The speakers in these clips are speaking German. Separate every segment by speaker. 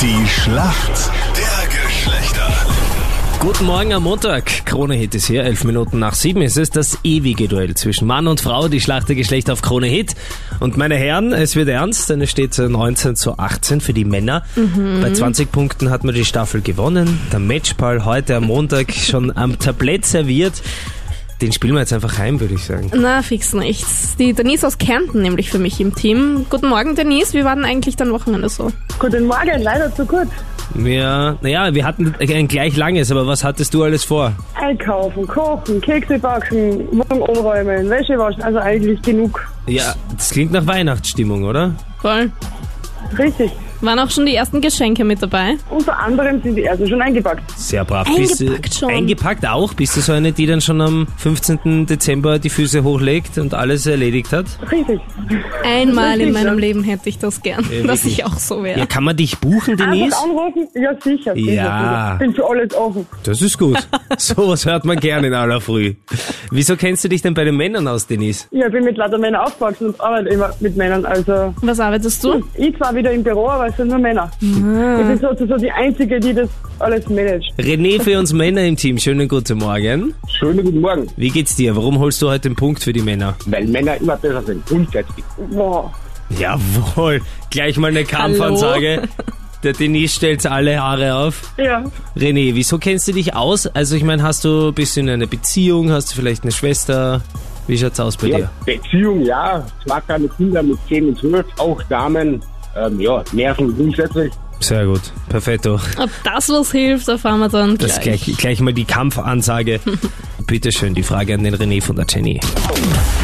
Speaker 1: Die Schlacht der Geschlechter.
Speaker 2: Guten Morgen am Montag. Krone Hit ist hier. Elf Minuten nach sieben ist es das ewige Duell zwischen Mann und Frau, die Schlacht der Geschlechter auf Krone Hit. Und meine Herren, es wird ernst, denn es steht 19 zu 18 für die Männer. Bei 20 Punkten hat man die Staffel gewonnen. Der Matchball heute am Montag schon am Tablett serviert. Den spielen wir jetzt einfach heim, würde ich sagen.
Speaker 3: Na, fix nichts. Die Denise aus Kärnten nämlich für mich im Team. Guten Morgen, Denise. Wie war denn eigentlich dein Wochenende so?
Speaker 4: Guten Morgen, leider zu kurz.
Speaker 2: Ja, naja, wir hatten ein gleich langes, aber was hattest du alles vor?
Speaker 4: Einkaufen, kochen, Kekse backen, Wohnung umräumen, Wäsche waschen, also eigentlich genug.
Speaker 2: Ja, das klingt nach Weihnachtsstimmung, oder?
Speaker 3: Voll.
Speaker 4: Richtig.
Speaker 3: Waren auch schon die ersten Geschenke mit dabei?
Speaker 4: Unter anderem sind die ersten schon eingepackt.
Speaker 2: Sehr brav.
Speaker 3: Eingepackt
Speaker 2: du,
Speaker 3: schon.
Speaker 2: Eingepackt auch. Bist du so eine, die dann schon am 15. Dezember die Füße hochlegt und alles erledigt hat?
Speaker 4: Richtig.
Speaker 3: Einmal in
Speaker 4: Wirklich,
Speaker 3: meinem
Speaker 4: ja.
Speaker 3: Leben hätte ich das gern,
Speaker 2: Ja,
Speaker 3: dass
Speaker 2: wirklich.
Speaker 3: ich auch so
Speaker 2: Ja,
Speaker 3: wäre.
Speaker 2: kann man dich
Speaker 3: Ah,
Speaker 2: buchen, Denise?
Speaker 4: Einfach anrufen? Ja, sicher. sicher,
Speaker 2: Ja.
Speaker 4: sicher. Bin für alles offen.
Speaker 2: Das ist gut. Sowas hört man gerne in aller Früh. Wieso kennst du dich denn bei den Männern aus, Denise?
Speaker 4: Ja, bin mit lauter Männern aufgewachsen und arbeite immer mit Männern. Also
Speaker 3: Was arbeitest du?
Speaker 4: ich zwar wieder im Büro, aber es sind nur Männer. Ich bin sozusagen die Einzige, die das alles managt.
Speaker 2: René für uns Männer im Team. Schönen guten Morgen.
Speaker 5: Schönen guten Morgen,
Speaker 2: Wie geht's dir? Warum holst du heute den Punkt für die Männer?
Speaker 5: weil Männer immer besser sind, grundsätzlich.
Speaker 4: Wow.
Speaker 2: Jawohl. Gleich mal eine Kampfansage. Der Denise stellt alle Haare auf.
Speaker 4: Ja.
Speaker 2: René, wieso kennst du dich aus? Also ich meine, hast du bist du in einer Beziehung, hast du vielleicht eine Schwester? Wie schaut's aus bei dir?
Speaker 5: Ja, Beziehung, ja, zwar keine Kinder mit 10 und 12, auch Damen, ähm, ja, Nerven grundsätzlich.
Speaker 2: Sehr gut, perfetto.
Speaker 3: Ob das was hilft, erfahren wir dann
Speaker 2: Das
Speaker 3: gleich.
Speaker 2: gleich, gleich mal die Kampfansage. Bitte schön, die Frage an den René von der Jenny.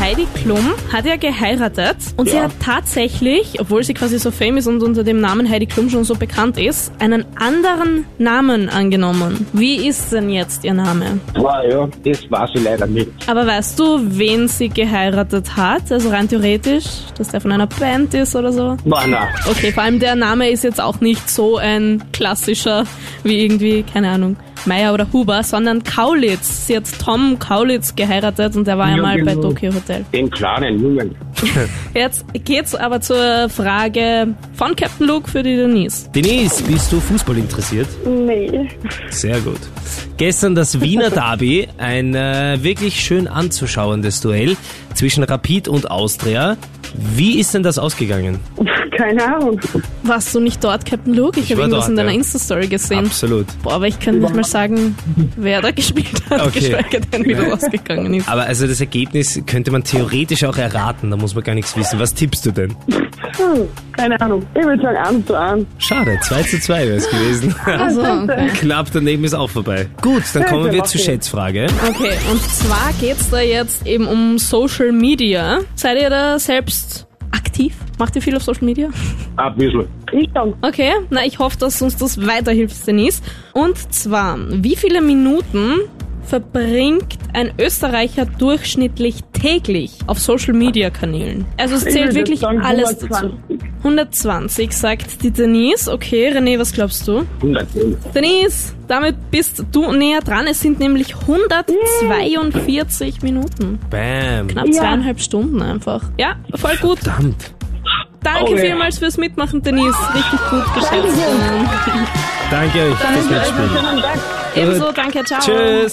Speaker 3: Heidi Klum hat ja geheiratet und sie
Speaker 5: Ja.
Speaker 3: hat tatsächlich, obwohl sie quasi so famous und unter dem Namen Heidi Klum schon so bekannt ist, einen anderen Namen angenommen. Wie ist denn jetzt ihr Name?
Speaker 5: Boah, ja, das war sie leider nicht.
Speaker 3: Aber weißt du, wen sie geheiratet hat? Also rein theoretisch, dass der von einer Band ist oder so.
Speaker 5: Boah, na,
Speaker 3: Okay, vor allem der Name ist jetzt auch nicht so ein klassischer wie irgendwie, keine Ahnung, Meier oder Huber, sondern Kaulitz. Sie hat Tom Kaulitz geheiratet und der war
Speaker 5: Ja,
Speaker 3: einmal bei
Speaker 5: genau.
Speaker 3: Tokyo Hotel.
Speaker 5: den kleinen Jungen.
Speaker 3: Jetzt geht's aber zur Frage von Captain Luke für die Denise.
Speaker 2: Denise, bist du Fußball interessiert?
Speaker 4: Nee.
Speaker 2: Sehr gut. Gestern das Wiener Derby, ein äh, wirklich schön anzuschauendes Duell zwischen Rapid und Austria. Wie ist denn das ausgegangen?
Speaker 4: Pff, Keine Ahnung.
Speaker 3: Warst du nicht dort, Captain Luke? Ich,
Speaker 2: Ich
Speaker 3: habe
Speaker 2: war
Speaker 3: irgendwas
Speaker 2: dort,
Speaker 3: in deiner
Speaker 2: ja.
Speaker 3: Insta-Story gesehen.
Speaker 2: Absolut.
Speaker 3: Boah, aber ich kann nicht mal sagen, wer da gespielt hat,
Speaker 2: Okay.
Speaker 3: geschweige denn, wie da rausgegangen ist.
Speaker 2: Aber also das Ergebnis könnte man theoretisch auch erraten, da muss man gar nichts wissen. Was tippst du denn?
Speaker 4: Hm, Keine Ahnung. Ich würde sagen, eins zu eins.
Speaker 2: Schade, 2 zu 2 wäre es gewesen.
Speaker 5: Ah,
Speaker 3: Also, okay.
Speaker 2: Knapp daneben ist auch vorbei. Gut, dann kommen wir zur Schätzfrage.
Speaker 3: okay, und zwar geht's da jetzt eben um Social Media. Seid ihr da selbst aktiv? Macht ihr viel auf Social Media?
Speaker 5: Ein bisschen.
Speaker 4: Ich dann.
Speaker 3: Okay, na ich hoffe, dass uns das weiterhilft, Denise. Und zwar, wie viele Minuten verbringt ein Österreicher durchschnittlich täglich auf Social-Media-Kanälen? Also es
Speaker 4: Ich
Speaker 3: zählt
Speaker 4: würd
Speaker 3: wirklich
Speaker 4: sagen,
Speaker 3: alles dazu.
Speaker 4: 120.
Speaker 3: 120, sagt die Denise. Okay, René, was glaubst du?
Speaker 5: 110.
Speaker 3: Denise, damit bist du näher dran. Es sind nämlich 142 Minuten.
Speaker 2: Bam.
Speaker 3: Knapp zweieinhalb Stunden einfach. Ja, voll gut.
Speaker 2: Verdammt.
Speaker 3: Danke
Speaker 5: Okay.
Speaker 3: vielmals fürs Mitmachen, Denise. Richtig gut geschätzt.
Speaker 4: also
Speaker 2: Danke euch fürs Mitspielen.
Speaker 3: Ebenso, danke, ciao.
Speaker 2: Tschüss.